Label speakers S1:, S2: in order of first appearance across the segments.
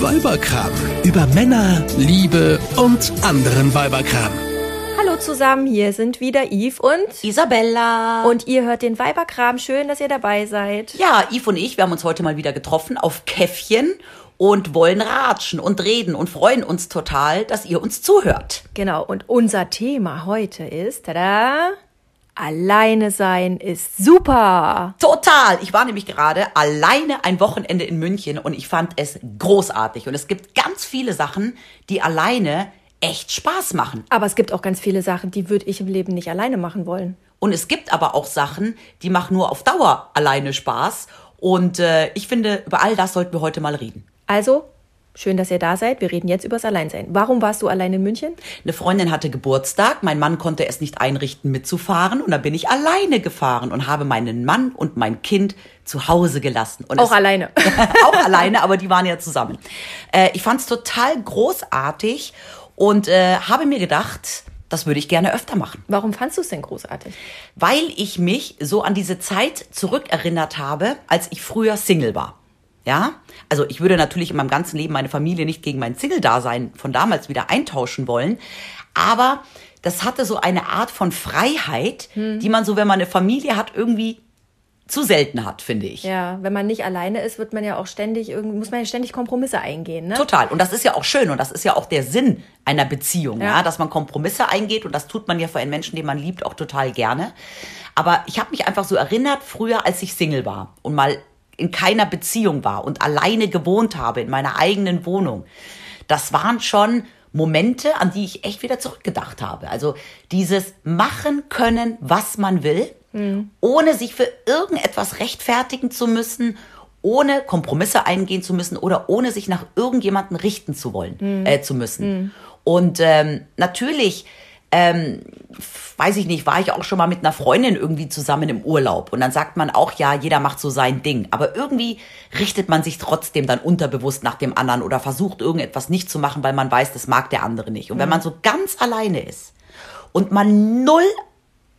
S1: Weiberkram. Über Männer, Liebe und anderen Weiberkram.
S2: Hallo zusammen, hier sind wieder Yves und
S3: Isabella.
S2: und ihr hört den Weiberkram. Schön, dass ihr dabei seid.
S3: ja, Yves und ich, wir haben uns heute mal wieder getroffen auf Käffchen und wollen ratschen und reden und freuen uns total, dass ihr uns zuhört.
S2: Genau, und unser Thema heute ist, tada, alleine sein ist super.
S3: Total! Ich war nämlich gerade alleine ein Wochenende in München und ich fand es großartig. Und es gibt ganz viele Sachen, die alleine echt Spaß machen.
S2: Aber es gibt auch ganz viele Sachen, die würde ich im Leben nicht alleine machen wollen.
S3: Und es gibt aber auch Sachen, die machen nur auf Dauer alleine Spaß. Und äh, ich finde, über all das sollten wir heute mal reden.
S2: Also, schön, dass ihr da seid. Wir reden jetzt übers Alleinsein. Warum warst du allein in München?
S3: Eine Freundin hatte Geburtstag, mein Mann konnte es nicht einrichten, mitzufahren und dann bin ich alleine gefahren und habe meinen Mann und mein Kind zu Hause gelassen. Und
S2: Auch
S3: es-
S2: alleine.
S3: auch alleine, aber die waren ja zusammen. Äh, ich fand es total großartig und äh, habe mir gedacht, das würde ich gerne öfter machen,
S2: Warum fandst du es denn großartig?
S3: weil ich mich so an diese Zeit zurückerinnert habe, als ich früher Single war. Ja, also ich würde natürlich in meinem ganzen Leben meine Familie nicht gegen mein Single-Dasein von damals wieder eintauschen wollen, aber das hatte so eine Art von Freiheit, die man so, wenn man eine Familie hat, irgendwie zu selten hat, finde ich.
S2: Ja, wenn man nicht alleine ist, wird man ja auch ständig, irgendwie- muss man ja ständig Kompromisse eingehen, ne?
S3: Total. Und das ist ja auch schön und das ist ja auch der Sinn einer Beziehung, ja.
S2: Ja.
S3: dass man Kompromisse eingeht und das tut man ja für einen Menschen, den man liebt, auch total gerne. Aber ich habe mich einfach so erinnert, früher, als ich Single war und mal in keiner Beziehung war und alleine gewohnt habe in meiner eigenen Wohnung. Das waren schon Momente, an die ich echt wieder zurückgedacht habe. Also dieses machen können, was man will, ohne sich für irgendetwas rechtfertigen zu müssen ohne Kompromisse eingehen zu müssen oder ohne sich nach irgendjemanden richten zu wollen, äh, zu müssen. Und ähm, natürlich, ähm, f- weiß ich nicht, war ich auch schon mal mit einer Freundin irgendwie zusammen im Urlaub und dann sagt man auch, ja, jeder macht so sein Ding. Aber irgendwie richtet man sich trotzdem dann unterbewusst nach dem anderen oder versucht irgendetwas nicht zu machen, weil man weiß, das mag der andere nicht. Und wenn man so ganz alleine ist und man null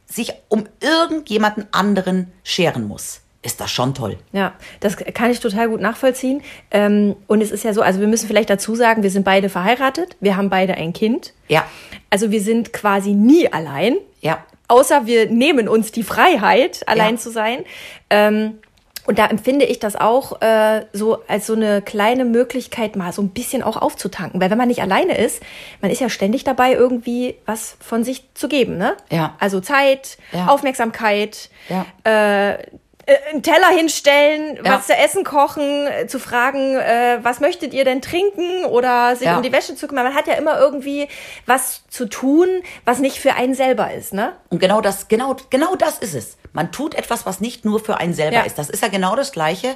S3: sich um irgendjemanden anderen scheren muss, ist das schon toll.
S2: Ja, das kann ich total gut nachvollziehen. Ähm, und es ist ja so, also wir müssen vielleicht dazu sagen, wir sind beide verheiratet, wir haben beide ein Kind.
S3: Ja.
S2: Also wir sind quasi nie allein.
S3: Ja.
S2: Außer wir nehmen uns die Freiheit, allein
S3: Ja.
S2: zu sein. Ähm, und da empfinde ich das auch äh, so als so eine kleine Möglichkeit, mal so ein bisschen auch aufzutanken. Weil wenn man nicht alleine ist, man ist ja ständig dabei, irgendwie was von sich zu geben, ne?
S3: Ja.
S2: Also Zeit,
S3: Ja.
S2: Aufmerksamkeit,
S3: Ja.
S2: äh, äh, einen Teller hinstellen,
S3: Ja.
S2: was zu essen kochen, äh, zu fragen, äh, was möchtet ihr denn trinken oder sich
S3: Ja.
S2: um die Wäsche zu kümmern. Man hat ja immer irgendwie was zu tun, was nicht für einen selber ist, ne?
S3: Und genau das, genau, genau das ist es. Man tut etwas, was nicht nur für einen selber
S2: Ja.
S3: ist. Das ist ja genau das Gleiche.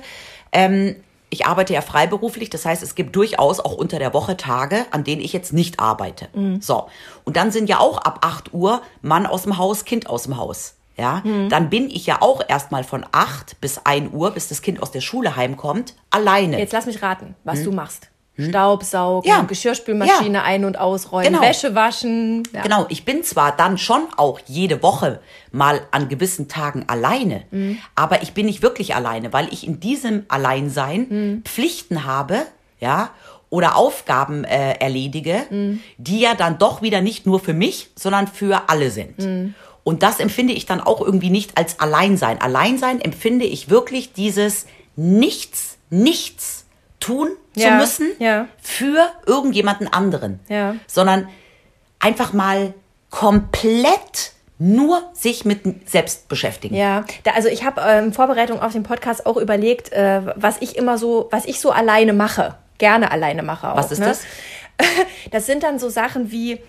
S3: Ähm, ich arbeite ja freiberuflich, das heißt, es gibt durchaus auch unter der Woche Tage, an denen ich jetzt nicht arbeite. So. Und dann sind ja auch ab 8 Uhr Mann aus dem Haus, Kind aus dem Haus. Ja, dann bin ich ja auch erstmal von 8 bis 1 Uhr, bis das Kind aus der Schule heimkommt, alleine.
S2: Jetzt lass mich raten, was du machst. Staubsaugen,
S3: Hm. Ja.
S2: Geschirrspülmaschine
S3: Ja.
S2: ein- und ausräumen,
S3: Genau.
S2: Wäsche waschen. Ja.
S3: Genau, ich bin zwar dann schon auch jede Woche mal an gewissen Tagen alleine,
S2: Mhm.
S3: aber ich bin nicht wirklich alleine, weil ich in diesem Alleinsein
S2: Mhm.
S3: Pflichten habe, ja, oder Aufgaben äh, erledige,
S2: Mhm.
S3: die ja dann doch wieder nicht nur für mich, sondern für alle sind.
S2: Mhm.
S3: Und das empfinde ich dann auch irgendwie nicht als Alleinsein. Alleinsein empfinde ich wirklich dieses Nichts, nichts tun zu
S2: Ja,
S3: müssen
S2: ja.
S3: für irgendjemanden anderen,
S2: Ja.
S3: sondern einfach mal komplett nur sich mit selbst beschäftigen.
S2: Ja, da, also ich habe ähm, in Vorbereitung auf den Podcast auch überlegt, äh, was ich immer so, was ich so alleine mache, gerne alleine mache. Auch,
S3: Was ist
S2: ne?
S3: das?
S2: Das sind dann so Sachen wie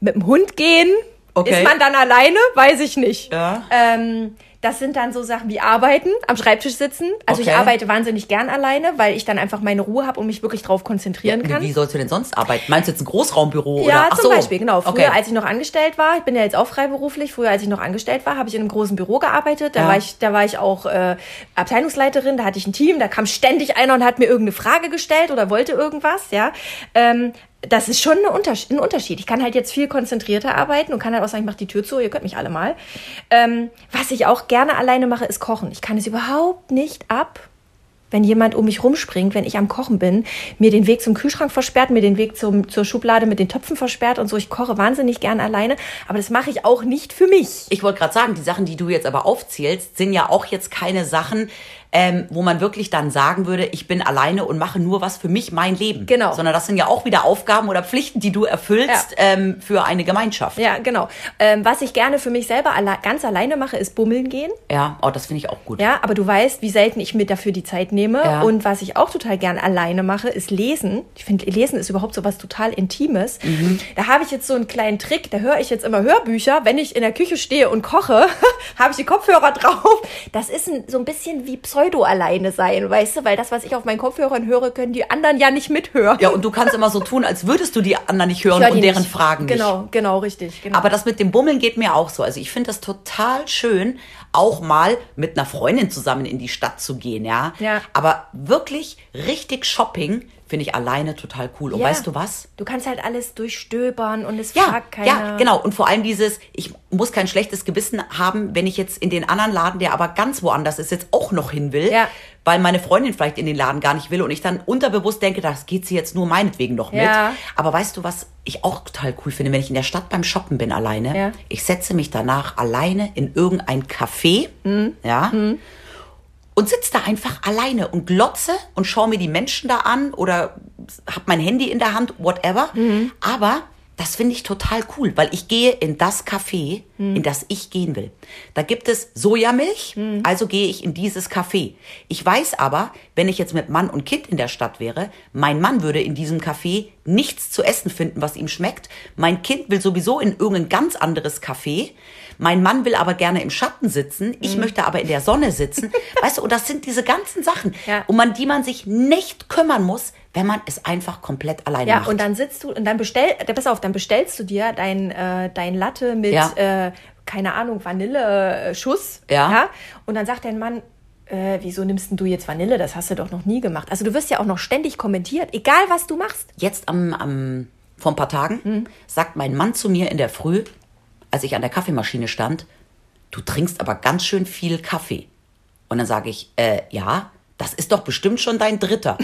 S2: mit dem Hund gehen.
S3: Okay.
S2: Ist man dann alleine? Weiß ich nicht.
S3: Ja.
S2: Ähm, das sind dann so Sachen wie arbeiten, am Schreibtisch sitzen. Also ich
S3: Okay.
S2: arbeite wahnsinnig gern alleine, weil ich dann einfach meine Ruhe habe und mich wirklich drauf konzentrieren kann.
S3: Wie sollst du denn sonst arbeiten? Meinst du jetzt ein Großraumbüro oder?
S2: Ja,
S3: Ach
S2: zum
S3: so.
S2: Beispiel, genau. Früher,
S3: okay.
S2: als ich noch angestellt war, ich bin ja jetzt auch freiberuflich, früher, als ich noch angestellt war, habe ich in einem großen Büro gearbeitet. Da,
S3: Ja.
S2: war, ich, da war ich auch äh, Abteilungsleiterin, da hatte ich ein Team, da kam ständig einer und hat mir irgendeine Frage gestellt oder wollte irgendwas, ja. Ähm, das ist schon eine Unters- ein Unterschied. Ich kann halt jetzt viel konzentrierter arbeiten und kann halt auch sagen, ich mache die Tür zu, ihr könnt mich alle mal. Ähm, was ich auch gerne alleine mache, ist kochen. Ich kann es überhaupt nicht ab, wenn jemand um mich rumspringt, wenn ich am Kochen bin, mir den Weg zum Kühlschrank versperrt, mir den Weg zum, zur Schublade mit den Töpfen versperrt und so. Ich koche wahnsinnig gern alleine, aber das mache ich auch nicht für mich.
S3: Ich wollte gerade sagen, die Sachen, die du jetzt aber aufzählst, sind ja auch jetzt keine Sachen, ähm, wo man wirklich dann sagen würde, ich bin alleine und mache nur was für mich, mein Leben.
S2: Genau.
S3: Sondern das sind ja auch wieder Aufgaben oder Pflichten, die du erfüllst
S2: Ja.
S3: ähm, für eine Gemeinschaft.
S2: Ja, genau. Ähm, was ich gerne für mich selber alle ganz alleine mache, ist bummeln gehen.
S3: Ja, oh, das finde ich auch gut.
S2: Ja, aber du weißt, wie selten ich mir dafür die Zeit nehme.
S3: Ja.
S2: Und was ich auch total gern alleine mache, ist lesen. Ich finde, lesen ist überhaupt so was total Intimes.
S3: Mhm.
S2: Da habe ich jetzt so einen kleinen Trick, da höre ich jetzt immer Hörbücher. Wenn ich in der Küche stehe und koche, habe ich die Kopfhörer drauf. Das ist ein, so ein bisschen wie Pseudo-Alleine sein, weißt du? Weil das, was ich auf meinen Kopfhörern höre, können die anderen ja nicht mithören.
S3: Ja, und du kannst immer so tun, als würdest du die anderen nicht
S2: Ich
S3: hören
S2: höre die
S3: und deren
S2: nicht.
S3: Fragen nicht.
S2: Genau, genau, richtig. Genau.
S3: Aber das mit dem Bummeln geht mir auch so. Also ich finde das total schön, auch mal mit einer Freundin zusammen in die Stadt zu gehen, ja.
S2: Ja.
S3: Aber wirklich richtig Shopping finde ich alleine total cool. Und
S2: Ja.
S3: weißt du was?
S2: Du kannst halt alles durchstöbern und es
S3: Ja,
S2: fragt keiner.
S3: ja, genau. Und vor allem dieses, ich muss kein schlechtes Gewissen haben, wenn ich jetzt in den anderen Laden, der aber ganz woanders ist, jetzt auch noch hin will,
S2: Ja.
S3: weil meine Freundin vielleicht in den Laden gar nicht will und ich dann unterbewusst denke, das geht sie jetzt nur meinetwegen noch mit.
S2: Ja.
S3: Aber weißt du, was ich auch total cool finde, wenn ich in der Stadt beim Shoppen bin alleine,
S2: Ja.
S3: ich setze mich danach alleine in irgendein Café, ja, und sitze da einfach alleine und glotze und schaue mir die Menschen da an oder habe mein Handy in der Hand, whatever. Aber das finde ich total cool, weil ich gehe in das Café, in das ich gehen will. Da gibt es Sojamilch, also gehe ich in dieses Café. Ich weiß aber, wenn ich jetzt mit Mann und Kind in der Stadt wäre, mein Mann würde in diesem Café nichts zu essen finden, was ihm schmeckt. Mein Kind will sowieso in irgendein ganz anderes Café. Mein Mann will aber gerne im Schatten sitzen. Ich
S2: Mhm.
S3: möchte aber in der Sonne sitzen. Weißt du, und das sind diese ganzen Sachen,
S2: Ja.
S3: um an die man sich nicht kümmern muss, wenn man es einfach komplett alleine
S2: Ja,
S3: macht.
S2: und dann sitzt du und dann bestell, äh, pass auf, dann bestellst du dir dein, äh, dein Latte mit,
S3: Ja.
S2: äh, keine Ahnung, Vanille-Schuss.
S3: Ja.
S2: Und dann sagt dein Mann, äh, wieso nimmst denn du jetzt Vanille? Das hast du doch noch nie gemacht. Also du wirst ja auch noch ständig kommentiert, egal was du machst.
S3: Jetzt am, am, vor ein paar Tagen sagt mein Mann zu mir in der Früh, als ich an der Kaffeemaschine stand, du trinkst aber ganz schön viel Kaffee. Und dann sage ich, äh, ja, das ist doch bestimmt schon dein dritter.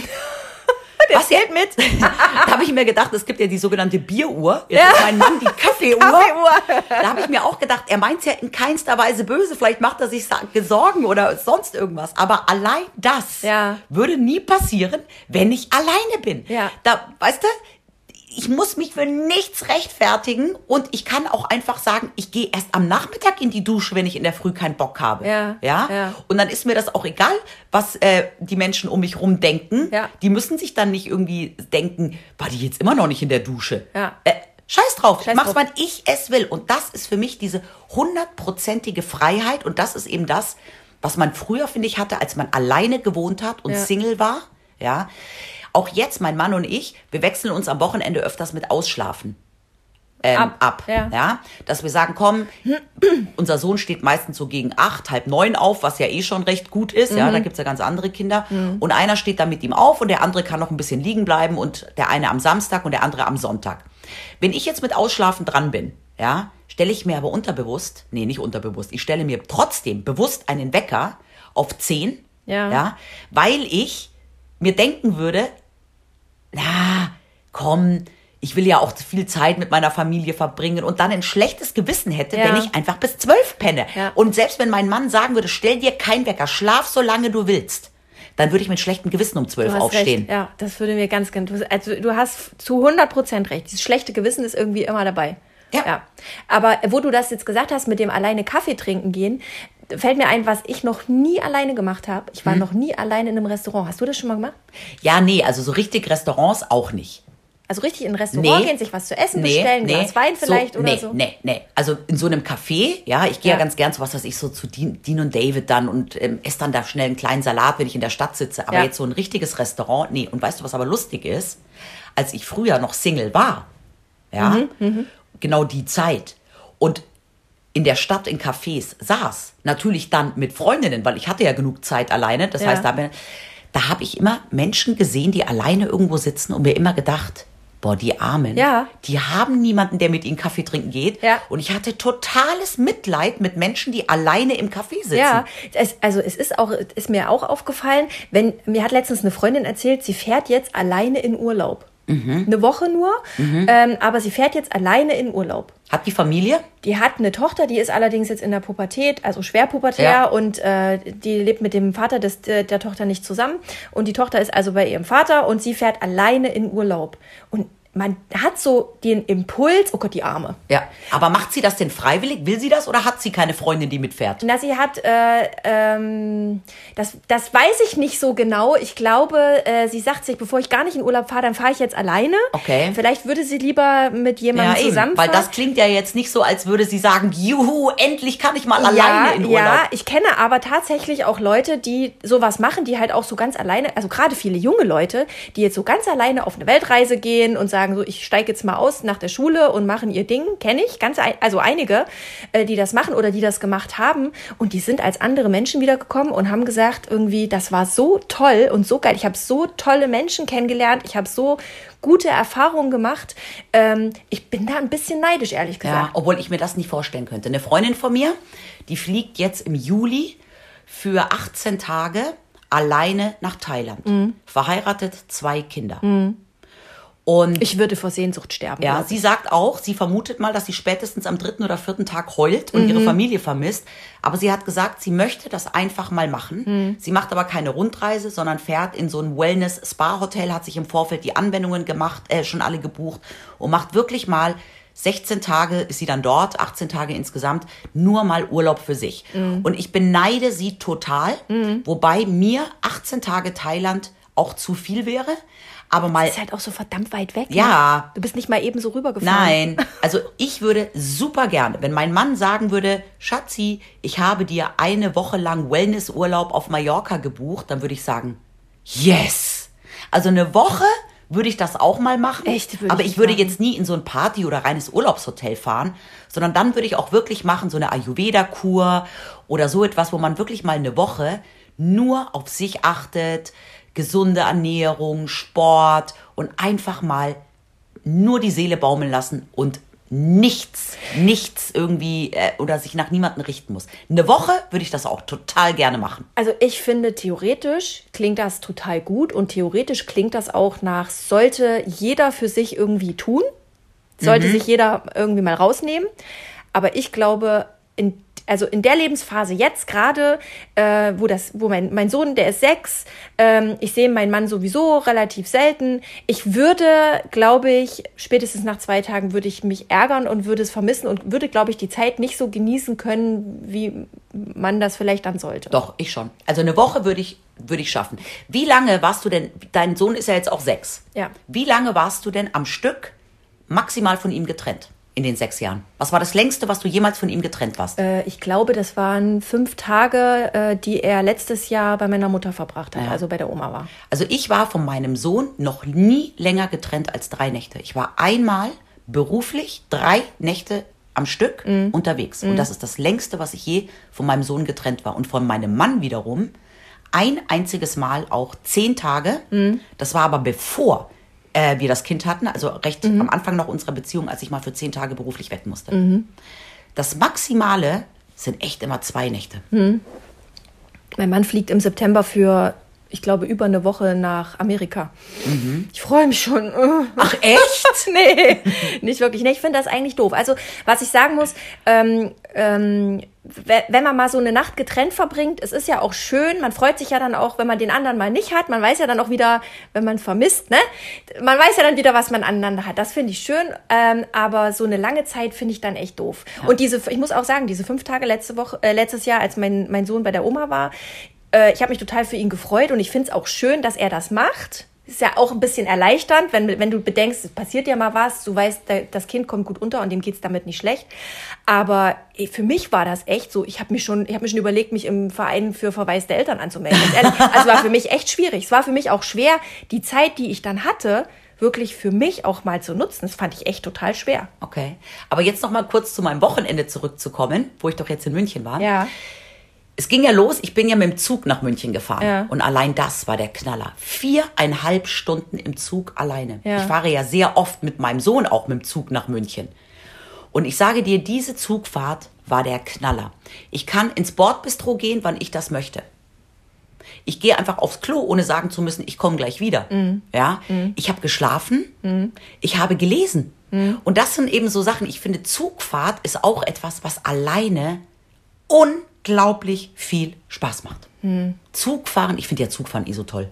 S3: Was
S2: zählt mit.
S3: da habe ich mir gedacht, es gibt ja die sogenannte Bieruhr. Jetzt ist mein Mann die Kaffeeuhr.
S2: Kaffeeuhr.
S3: Da habe ich mir auch gedacht, er meint's ja in keinster Weise böse. Vielleicht macht er sich sa- Sorgen oder sonst irgendwas. Aber allein das
S2: Ja.
S3: würde nie passieren, wenn ich alleine bin.
S2: Ja.
S3: Da, weißt du, ich muss mich für nichts rechtfertigen und ich kann auch einfach sagen, ich gehe erst am Nachmittag in die Dusche, wenn ich in der Früh keinen Bock habe.
S2: Ja,
S3: ja?
S2: ja.
S3: Und dann ist mir das auch egal, was äh, die Menschen um mich rum denken.
S2: Ja.
S3: Die müssen sich dann nicht irgendwie denken, war die jetzt immer noch nicht in der Dusche?
S2: Ja.
S3: Äh, scheiß drauf,
S2: Scheiß
S3: ich mach's,
S2: drauf.
S3: wann ich es will. Und das ist für mich diese hundertprozentige Freiheit. Und das ist eben das, was man früher, finde ich, hatte, als man alleine gewohnt hat und
S2: Ja.
S3: Single war. Ja. Auch jetzt, mein Mann und ich, wir wechseln uns am Wochenende öfters mit Ausschlafen ähm, ab.
S2: Ab, ja. Hm.
S3: Ja, dass wir sagen, komm, unser Sohn steht meistens so gegen acht, halb neun auf, was ja eh schon recht gut ist. Ja,
S2: Mhm.
S3: da gibt's ja ganz andere Kinder. Und einer steht dann mit ihm auf und der andere kann noch ein bisschen liegen bleiben und der eine am Samstag und der andere am Sonntag. Wenn ich jetzt mit Ausschlafen dran bin, ja, stelle ich mir aber unterbewusst, nee, nicht unterbewusst, ich stelle mir trotzdem bewusst einen Wecker auf zehn,
S2: Ja.
S3: ja weil ich mir denken würde, na, komm, ich will ja auch viel Zeit mit meiner Familie verbringen und dann ein schlechtes Gewissen hätte,
S2: Ja.
S3: wenn ich einfach bis zwölf penne.
S2: Ja.
S3: Und selbst wenn mein Mann sagen würde, stell dir keinen Wecker, schlaf so lange du willst, dann würde ich mit schlechtem Gewissen um zwölf
S2: Du hast
S3: aufstehen.
S2: recht. Ja, das würde mir ganz gern. du- Also du hast zu 100 Prozent recht. Dieses schlechte Gewissen ist irgendwie immer dabei.
S3: Ja.
S2: Aber wo du das jetzt gesagt hast, mit dem alleine Kaffee trinken gehen, fällt mir ein, was ich noch nie alleine gemacht habe. Ich
S3: Hm.
S2: war noch nie alleine in einem Restaurant. Hast du das schon mal gemacht?
S3: Ja, nee, also so richtig Restaurants auch nicht.
S2: Also richtig in ein Restaurant
S3: Nee.
S2: gehen, sich was zu essen bestellen, ein Glas Wein vielleicht
S3: so,
S2: oder
S3: nee,
S2: so.
S3: Nee, nee, also in so einem Café, ja, ich gehe
S2: Ja.
S3: ja. ganz gern zu was weiß ich, so zu Dean, Dean und David dann und ähm, esse dann da schnell einen kleinen Salat, wenn ich in der Stadt sitze. Aber
S2: Ja.
S3: jetzt so ein richtiges Restaurant, nee. Und weißt du, was aber lustig ist? Als ich früher noch Single war, ja,
S2: Mhm,
S3: genau die Zeit und in der Stadt in Cafés saß, natürlich dann mit Freundinnen, weil ich hatte ja genug Zeit alleine, das
S2: Ja.
S3: heißt, da, bin- da habe ich immer Menschen gesehen, die alleine irgendwo sitzen und mir immer gedacht, boah, die Armen,
S2: Ja.
S3: die haben niemanden, der mit ihnen Kaffee trinken geht.
S2: Ja.
S3: Und ich hatte totales Mitleid mit Menschen, die alleine im Café sitzen.
S2: Ja, es, also es ist auch, ist mir auch aufgefallen, wenn, mir hat letztens eine Freundin erzählt, sie fährt jetzt alleine in Urlaub.
S3: Mhm.
S2: Eine Woche nur, ähm, aber sie fährt jetzt alleine in Urlaub.
S3: Hat die Familie?
S2: Die hat eine Tochter, die ist allerdings jetzt in der Pubertät, also schwerpubertär
S3: Ja.
S2: und äh, die lebt mit dem Vater des, äh, der, der Tochter nicht zusammen. Und die Tochter ist also bei ihrem Vater und sie fährt alleine in Urlaub. Und man hat so den Impuls, oh Gott, die Arme.
S3: Ja. Aber macht sie das denn freiwillig? Will sie das oder hat sie keine Freundin, die mitfährt?
S2: Na, sie hat, äh, ähm, das, das weiß ich nicht so genau. Ich glaube, äh, sie sagt sich, bevor ich gar nicht in Urlaub fahre, dann fahre ich jetzt alleine.
S3: Okay.
S2: Vielleicht würde sie lieber mit jemandem zusammenfahren.
S3: weil das klingt ja jetzt nicht so, als würde sie sagen, juhu, endlich kann ich mal
S2: ja,
S3: alleine in Urlaub.
S2: ja, ich kenne aber tatsächlich auch Leute, die sowas machen, die halt auch so ganz alleine, also gerade viele junge Leute, die jetzt so ganz alleine auf eine Weltreise gehen und sagen so, ich steige jetzt mal aus nach der Schule und machen ihr Ding, kenne ich, ganz ein, also einige, äh, die das machen oder die das gemacht haben und die sind als andere Menschen wiedergekommen und haben gesagt irgendwie, das war so toll und so geil, ich habe so tolle Menschen kennengelernt, ich habe so gute Erfahrungen gemacht. Ähm, ich bin da ein bisschen neidisch, ehrlich
S3: Ja,
S2: gesagt.
S3: obwohl ich mir das nicht vorstellen könnte. Eine Freundin von mir, die fliegt jetzt im Juli für 18 Tage alleine nach Thailand.
S2: Mhm.
S3: Verheiratet, zwei Kinder. Und
S2: Ich würde vor Sehnsucht sterben.
S3: ja,
S2: glaub ich.
S3: sie sagt auch, sie vermutet mal, dass sie spätestens am dritten oder vierten Tag heult und
S2: Mhm.
S3: ihre Familie vermisst. Aber sie hat gesagt, sie möchte das einfach mal machen.
S2: Mhm.
S3: Sie macht aber keine Rundreise, sondern fährt in so ein Wellness-Spa-Hotel, hat sich im Vorfeld die Anwendungen gemacht, äh, schon alle gebucht und macht wirklich mal 16 Tage ist sie dann dort, 18 Tage insgesamt, nur mal Urlaub für sich.
S2: Mhm.
S3: Und ich beneide sie total, wobei mir 18 Tage Thailand auch zu viel wäre. Aber mal
S2: ist halt auch so verdammt weit weg.
S3: Ja.
S2: Ne? Du bist nicht mal eben so rübergefahren.
S3: Nein, also ich würde super gerne, wenn mein Mann sagen würde, Schatzi, ich habe dir eine Woche lang Wellnessurlaub auf Mallorca gebucht, dann würde ich sagen, yes. Also eine Woche würde ich das auch mal machen.
S2: Echt, würde
S3: aber
S2: ich
S3: ich würde
S2: machen.
S3: jetzt nie in so ein Party oder reines Urlaubshotel fahren, sondern dann würde ich auch wirklich machen so eine Ayurveda Kur oder so etwas, wo man wirklich mal eine Woche nur auf sich achtet, gesunde Ernährung, Sport und einfach mal nur die Seele baumeln lassen und nichts, nichts irgendwie äh, oder sich nach niemanden richten muss. Eine Woche würde ich das auch total gerne machen.
S2: Also ich finde, theoretisch klingt das total gut und theoretisch klingt das auch nach, sollte jeder für sich irgendwie tun, sollte sich jeder irgendwie mal rausnehmen. Aber ich glaube, in, also in der Lebensphase jetzt gerade, äh, wo das, wo mein, mein Sohn, der ist sechs, ähm, ich sehe meinen Mann sowieso relativ selten. Ich würde, glaube ich, spätestens nach zwei Tagen würde ich mich ärgern und würde es vermissen und würde, glaube ich, die Zeit nicht so genießen können, wie man das vielleicht dann sollte.
S3: Doch, ich schon. Also eine Woche würde ich, würde ich schaffen. Wie lange warst du denn, dein Sohn ist ja jetzt auch sechs.
S2: Ja.
S3: Wie lange warst du denn am Stück maximal von ihm getrennt in den sechs Jahren? Was war das längste, was du jemals von ihm getrennt warst?
S2: Äh, Ich glaube, das waren fünf Tage, äh, die er letztes Jahr bei meiner Mutter verbracht hat, also bei der Oma war.
S3: Also ich war von meinem Sohn noch nie länger getrennt als drei Nächte. Ich war einmal beruflich drei Nächte am Stück unterwegs. Und das ist das längste, was ich je von meinem Sohn getrennt war. Und von meinem Mann wiederum ein einziges Mal auch zehn Tage. Das war aber bevor äh, wir das Kind hatten, also recht am Anfang noch unserer Beziehung, als ich mal für zehn Tage beruflich weg musste. Das Maximale sind echt immer zwei Nächte.
S2: Mein Mann fliegt im September für, ich glaube, über eine Woche nach Amerika. Ich freue mich schon.
S3: Ach echt?
S2: nee, nicht wirklich. Nee, ich finde das eigentlich doof. Also, was ich sagen muss, ähm, ähm, we- wenn man mal so eine Nacht getrennt verbringt, es ist ja auch schön, man freut sich ja dann auch, wenn man den anderen mal nicht hat, man weiß ja dann auch wieder, wenn man vermisst, ne? Man weiß ja dann wieder, was man aneinander hat. Das finde ich schön, ähm, aber so eine lange Zeit finde ich dann echt doof. Und diese, ich muss auch sagen, diese fünf Tage letzte Woche, äh, letztes Jahr, als mein, mein Sohn bei der Oma war, äh, ich habe mich total für ihn gefreut und ich finde es auch schön, dass er das macht. Ist ja auch ein bisschen erleichternd, wenn, wenn du bedenkst, es passiert ja mal was, du weißt, da- das Kind kommt gut unter und dem geht's damit nicht schlecht. Aber eh, für mich war das echt so, ich habe mir, schon, ich hab mir schon überlegt, mich im Verein für verwaiste Eltern anzumelden. Ganz ehrlich. Also war für mich echt schwierig. Es war für mich auch schwer, die Zeit, die ich dann hatte, wirklich für mich auch mal zu nutzen. Das fand ich echt total schwer.
S3: Okay. Aber jetzt noch mal kurz zu meinem Wochenende zurückzukommen, wo ich doch jetzt in München war.
S2: Ja.
S3: es ging ja los, ich bin ja mit dem Zug nach München gefahren.
S2: Ja.
S3: Und allein das war der Knaller. Viereinhalb Stunden im Zug alleine.
S2: Ja.
S3: Ich fahre ja sehr oft mit meinem Sohn auch mit dem Zug nach München. Und ich sage dir, diese Zugfahrt war der Knaller. Ich kann ins Bordbistro gehen, wann ich das möchte. Ich gehe einfach aufs Klo, ohne sagen zu müssen, ich komme gleich wieder. Ja, ich habe geschlafen, ich habe gelesen. Und das sind eben so Sachen. Ich finde, Zugfahrt ist auch etwas, was alleine unglaublich viel Spaß macht. Zugfahren, ich finde ja Zugfahren eh so toll.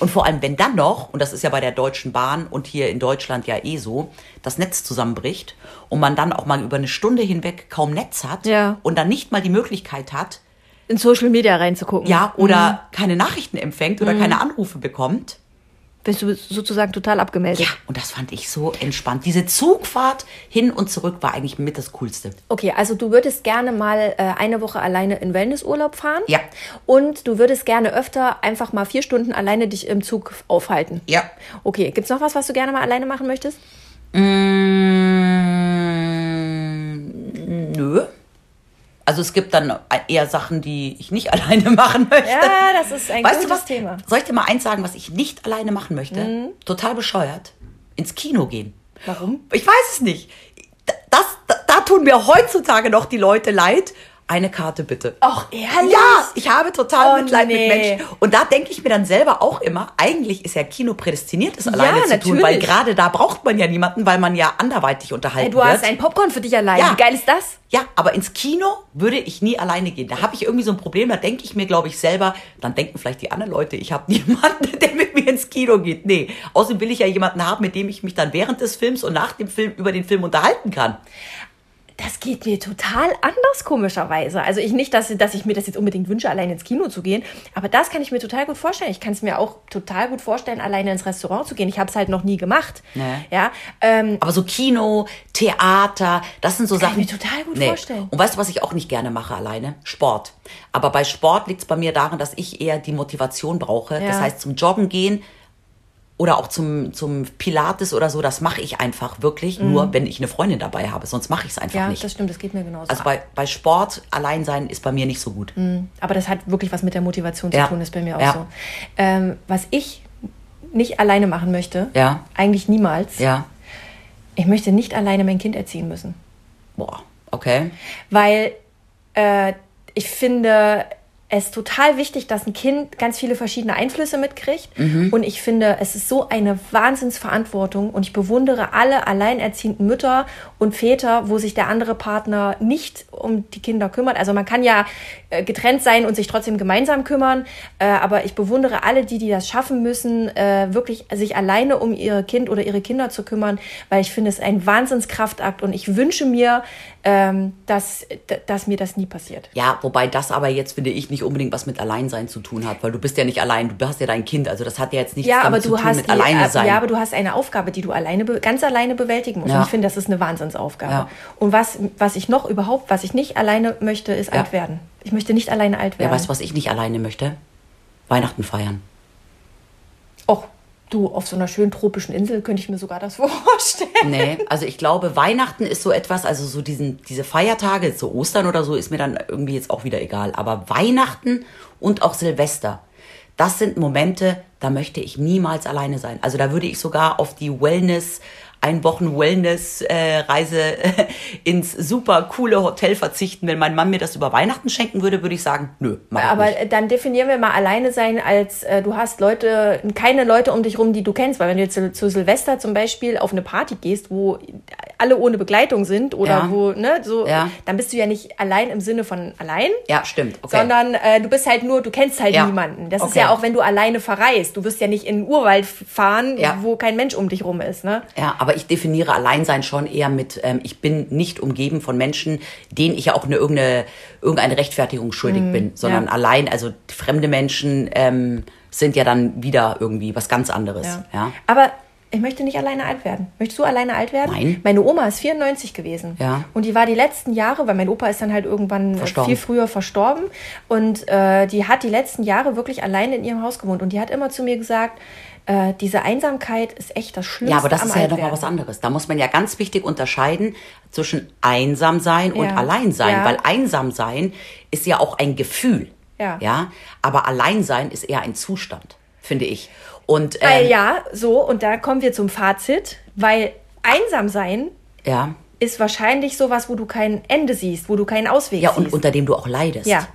S3: Und vor allem, wenn dann noch, und das ist ja bei der Deutschen Bahn und hier in Deutschland ja eh so, das Netz zusammenbricht und man dann auch mal über eine Stunde hinweg kaum Netz hat
S2: Ja.
S3: und dann nicht mal die Möglichkeit hat,
S2: In Social Media reinzugucken. Mhm.
S3: ja, oder keine Nachrichten empfängt oder keine Anrufe bekommt.
S2: Bist du sozusagen total abgemeldet.
S3: Ja, und das fand ich so entspannt. Diese Zugfahrt hin und zurück war eigentlich mit das Coolste.
S2: Okay, also du würdest gerne mal äh, eine Woche alleine in Wellnessurlaub fahren.
S3: Ja.
S2: Und du würdest gerne öfter einfach mal vier Stunden alleine dich im Zug aufhalten.
S3: Ja.
S2: Okay, gibt's noch was, was du gerne mal alleine machen möchtest?
S3: Nö. Also es gibt dann eher Sachen, die ich nicht alleine machen möchte.
S2: Ja, das ist ein
S3: weißt du
S2: gutes
S3: was?
S2: Thema. Mhm.
S3: Soll ich dir mal eins sagen, was ich nicht alleine machen möchte? Total bescheuert. Ins Kino gehen.
S2: Warum?
S3: Ich weiß es nicht. Da- Das, da, da tun mir heutzutage noch die Leute leid. Eine Karte bitte.
S2: Ach, ehrlich?
S3: Ja, ich habe total
S2: Oh,
S3: Mitleid
S2: nee.
S3: mit Menschen. Und da denke ich mir dann selber auch immer, eigentlich ist ja Kino prädestiniert, es alleine zu tun,
S2: natürlich.
S3: weil gerade da braucht man ja niemanden, weil man ja anderweitig unterhalten
S2: Hey, du hast
S3: wird.
S2: ein Popcorn für dich alleine.
S3: Äh, Ja.
S2: Wie geil ist das?
S3: Ja, aber ins Kino würde ich nie alleine gehen. Da habe ich irgendwie so ein Problem, da denke ich mir, glaube ich, selber, dann denken vielleicht die anderen Leute, ich habe niemanden, der mit mir ins Kino geht. Nee, außerdem will ich ja jemanden haben, mit dem ich mich dann während des Films und nach dem Film über den Film unterhalten kann.
S2: Das geht mir total anders, komischerweise. Also ich nicht, dass, dass ich mir das jetzt unbedingt wünsche, alleine ins Kino zu gehen, aber das kann ich mir total gut vorstellen. Ich kann es mir auch total gut vorstellen, alleine ins Restaurant zu gehen. Ich habe es halt noch nie gemacht.
S3: Nee.
S2: Ja, ähm,
S3: Aber so Kino, Theater, das sind so
S2: Kann ich
S3: Sachen.
S2: mir total gut vorstellen.
S3: Und weißt du, was ich auch nicht gerne mache alleine? Sport. Aber bei Sport liegt es bei mir daran, dass ich eher die Motivation brauche. Das
S2: Ja.
S3: heißt, zum Joggen gehen oder auch zum, zum Pilates oder so, das mache ich einfach wirklich nur, wenn ich eine Freundin dabei habe. Sonst mache ich es einfach
S2: Mhm. ja
S3: nicht.
S2: das stimmt, Mhm. das geht mir genauso.
S3: Also bei, bei Sport allein sein ist bei mir nicht so gut.
S2: Aber das hat wirklich was mit der Motivation zu
S3: Ja.
S2: tun, ist bei mir auch
S3: Ja.
S2: so. Ähm, was ich nicht alleine machen möchte,
S3: Ja.
S2: eigentlich niemals,
S3: Ja.
S2: ich möchte nicht alleine mein Kind erziehen müssen.
S3: Boah. Okay.
S2: Weil äh, ich finde es total wichtig, dass ein Kind ganz viele verschiedene Einflüsse mitkriegt. Und ich finde, es ist so eine Wahnsinnsverantwortung. Und ich bewundere alle alleinerziehenden Mütter und Väter, wo sich der andere Partner nicht um die Kinder kümmert. Also man kann ja äh, getrennt sein und sich trotzdem gemeinsam kümmern. Äh, aber ich bewundere alle, die, die das schaffen müssen, äh, wirklich sich alleine um ihr Kind oder ihre Kinder zu kümmern, weil ich finde es ist ein Wahnsinnskraftakt. Und ich wünsche mir, ähm, dass, d- dass mir das nie passiert.
S3: Ja, wobei das aber jetzt, finde ich, nicht unbedingt was mit Alleinsein zu tun hat, weil du bist ja nicht allein, du hast ja dein Kind, also das hat ja jetzt nichts
S2: Ja,
S3: damit
S2: aber
S3: zu
S2: du
S3: tun
S2: hast
S3: mit
S2: die,
S3: alleine
S2: äh,
S3: sein.
S2: ja, aber du hast eine Aufgabe, die du alleine be- ganz alleine bewältigen musst.
S3: Ja.
S2: Und ich finde, das ist eine Wahnsinnsaufgabe.
S3: Ja.
S2: Und was, was ich noch überhaupt, was ich nicht alleine möchte, ist
S3: Ja.
S2: alt werden. Ich möchte nicht alleine alt
S3: Ja,
S2: werden.
S3: weißt du, was ich nicht alleine möchte? Weihnachten feiern.
S2: Och, du, auf so einer schönen tropischen Insel könnte ich mir sogar das vorstellen.
S3: Nee, also ich glaube, Weihnachten ist so etwas, also so diesen, diese Feiertage, so Ostern oder so, ist mir dann irgendwie jetzt auch wieder egal. Aber Weihnachten und auch Silvester, das sind Momente, da möchte ich niemals alleine sein. Also da würde ich sogar auf die Wellness, ein Wochen Wellness-Reise äh, ins super coole Hotel verzichten. Wenn mein Mann mir das über Weihnachten schenken würde, würde ich sagen, nö, mach ich
S2: Aber
S3: nicht.
S2: äh, dann definieren wir mal alleine sein als äh, du hast Leute, keine Leute um dich rum, die du kennst. Weil wenn du jetzt zu, zu Silvester zum Beispiel auf eine Party gehst, wo alle ohne Begleitung sind oder
S3: Ja.
S2: wo, ne, so,
S3: Ja.
S2: dann bist du ja nicht allein im Sinne von allein.
S3: Ja, stimmt. Okay.
S2: Sondern äh, du bist halt nur, du kennst halt
S3: Ja.
S2: niemanden. Das ist
S3: Okay.
S2: ja auch, wenn du alleine verreist. Du wirst ja nicht in den Urwald fahren,
S3: Ja.
S2: wo kein Mensch um dich rum ist. Ne?
S3: Ja, aber ich definiere Alleinsein schon eher mit, ähm, ich bin nicht umgeben von Menschen, denen ich ja auch eine, irgendeine, irgendeine Rechtfertigung schuldig bin, sondern
S2: Mhm, ja.
S3: allein, also fremde Menschen ähm, sind ja dann wieder irgendwie was ganz anderes. Ja.
S2: Aber ich möchte nicht alleine alt werden. Möchtest du alleine alt werden?
S3: Nein.
S2: Meine Oma ist 94 gewesen.
S3: Ja.
S2: Und die war die letzten Jahre, weil mein Opa ist dann halt irgendwann äh,
S3: Verstorben.
S2: viel früher verstorben. Und äh, die hat die letzten Jahre wirklich alleine in ihrem Haus gewohnt. Und die hat immer zu mir gesagt, äh, diese Einsamkeit ist echt das Schlimmste.
S3: Ja, aber das
S2: am
S3: ist ja nochmal
S2: Altwerden.
S3: was anderes. Da muss man ja ganz wichtig unterscheiden zwischen einsam sein und
S2: Ja.
S3: allein sein,
S2: Ja.
S3: weil einsam sein ist ja auch ein Gefühl.
S2: Ja.
S3: ja. Aber allein sein ist eher ein Zustand, finde ich. Und ähm,
S2: Weil Äh, ja, so, und da kommen wir zum Fazit, weil einsam sein
S3: ja.
S2: ist wahrscheinlich sowas, wo du kein Ende siehst, wo du keinen Ausweg
S3: Ja,
S2: siehst.
S3: und unter dem du auch leidest.
S2: Ja.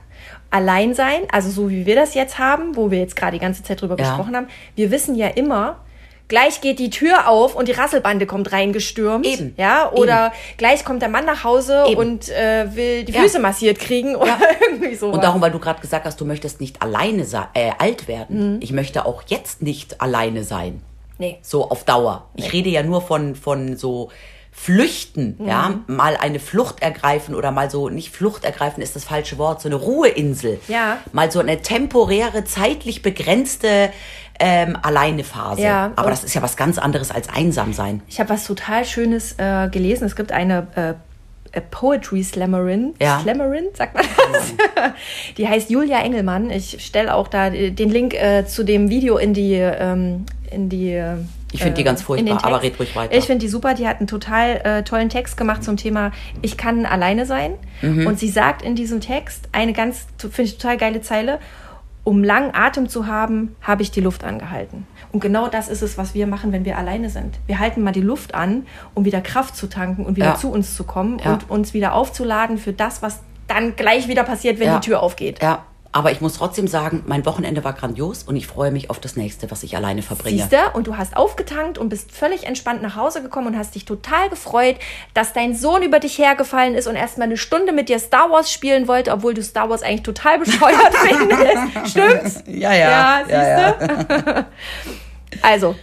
S2: Allein sein, also so wie wir das jetzt haben, wo wir jetzt gerade die ganze Zeit drüber
S3: Ja.
S2: gesprochen haben, wir wissen ja immer, gleich geht die Tür auf und die Rasselbande kommt reingestürmt.
S3: Eben.
S2: Ja, oder gleich kommt der Mann nach Hause
S3: Eben.
S2: und äh, will die
S3: Ja.
S2: Füße massiert kriegen oder irgendwie sowas.
S3: Und darum, weil du gerade gesagt hast, du möchtest nicht alleine sei, äh, alt werden. Ich möchte auch jetzt nicht alleine sein.
S2: Mhm. Nee.
S3: So auf Dauer. Ich rede ja nur von, von so Flüchten,
S2: Mhm.
S3: ja, mal eine Flucht ergreifen oder mal so, nicht Flucht ergreifen ist das falsche Wort, so eine Ruheinsel.
S2: Ja.
S3: Mal so eine temporäre, zeitlich begrenzte ähm, Alleine-Phase.
S2: Ja.
S3: Aber
S2: Und-
S3: das ist ja was ganz anderes als einsam sein.
S2: Ich habe was total Schönes äh, gelesen. Es gibt eine äh, äh, Poetry Slammerin.
S3: Ja. Oh
S2: Slammerin, sagt man das? die heißt Julia Engelmann. Ich stelle auch da äh, den Link äh, zu dem Video in die. Ähm, in die äh,
S3: Ich find die ganz
S2: in
S3: furchtbar,
S2: den Text.
S3: aber red ruhig weiter.
S2: Ich finde die super. Die hat einen total äh, tollen Text gemacht zum Thema Ich kann alleine sein.
S3: Mhm.
S2: Und sie sagt in diesem Text eine ganz, finde ich total geile Zeile. Um langen Atem zu haben, habe ich die Luft angehalten. Und genau das ist es, was wir machen, wenn wir alleine sind. Wir halten mal die Luft an, um wieder Kraft zu tanken und wieder
S3: Ja.
S2: zu uns zu kommen
S3: Ja.
S2: und uns wieder aufzuladen für das, was dann gleich wieder passiert, wenn
S3: Ja.
S2: die Tür aufgeht.
S3: Ja. Aber ich muss trotzdem sagen, mein Wochenende war grandios und ich freue mich auf das nächste, was ich alleine verbringe.
S2: Siehst du? Und du hast aufgetankt und bist völlig entspannt nach Hause gekommen und hast dich total gefreut, dass dein Sohn über dich hergefallen ist und erstmal eine Stunde mit dir Star Wars spielen wollte, obwohl du Star Wars eigentlich total bescheuert findest. Stimmt's?
S3: Ja, ja.
S2: Ja, siehst
S3: Ja, ja.
S2: du? Also,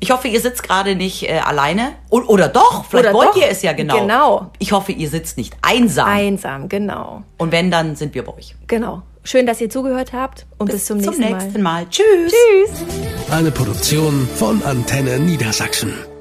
S3: Ich hoffe, ihr sitzt gerade nicht äh, alleine. O oder doch, vielleicht
S2: Oder
S3: wollt
S2: doch.
S3: ihr es ja genau.
S2: Genau.
S3: Ich hoffe, ihr sitzt nicht einsam.
S2: einsam, genau.
S3: Und wenn, dann sind wir bei euch.
S2: Genau. Schön, dass ihr zugehört habt und bis, zum, nächsten Mal.
S3: Mal. Tschüss. Tschüss.
S1: Eine Produktion von Antenne Niedersachsen.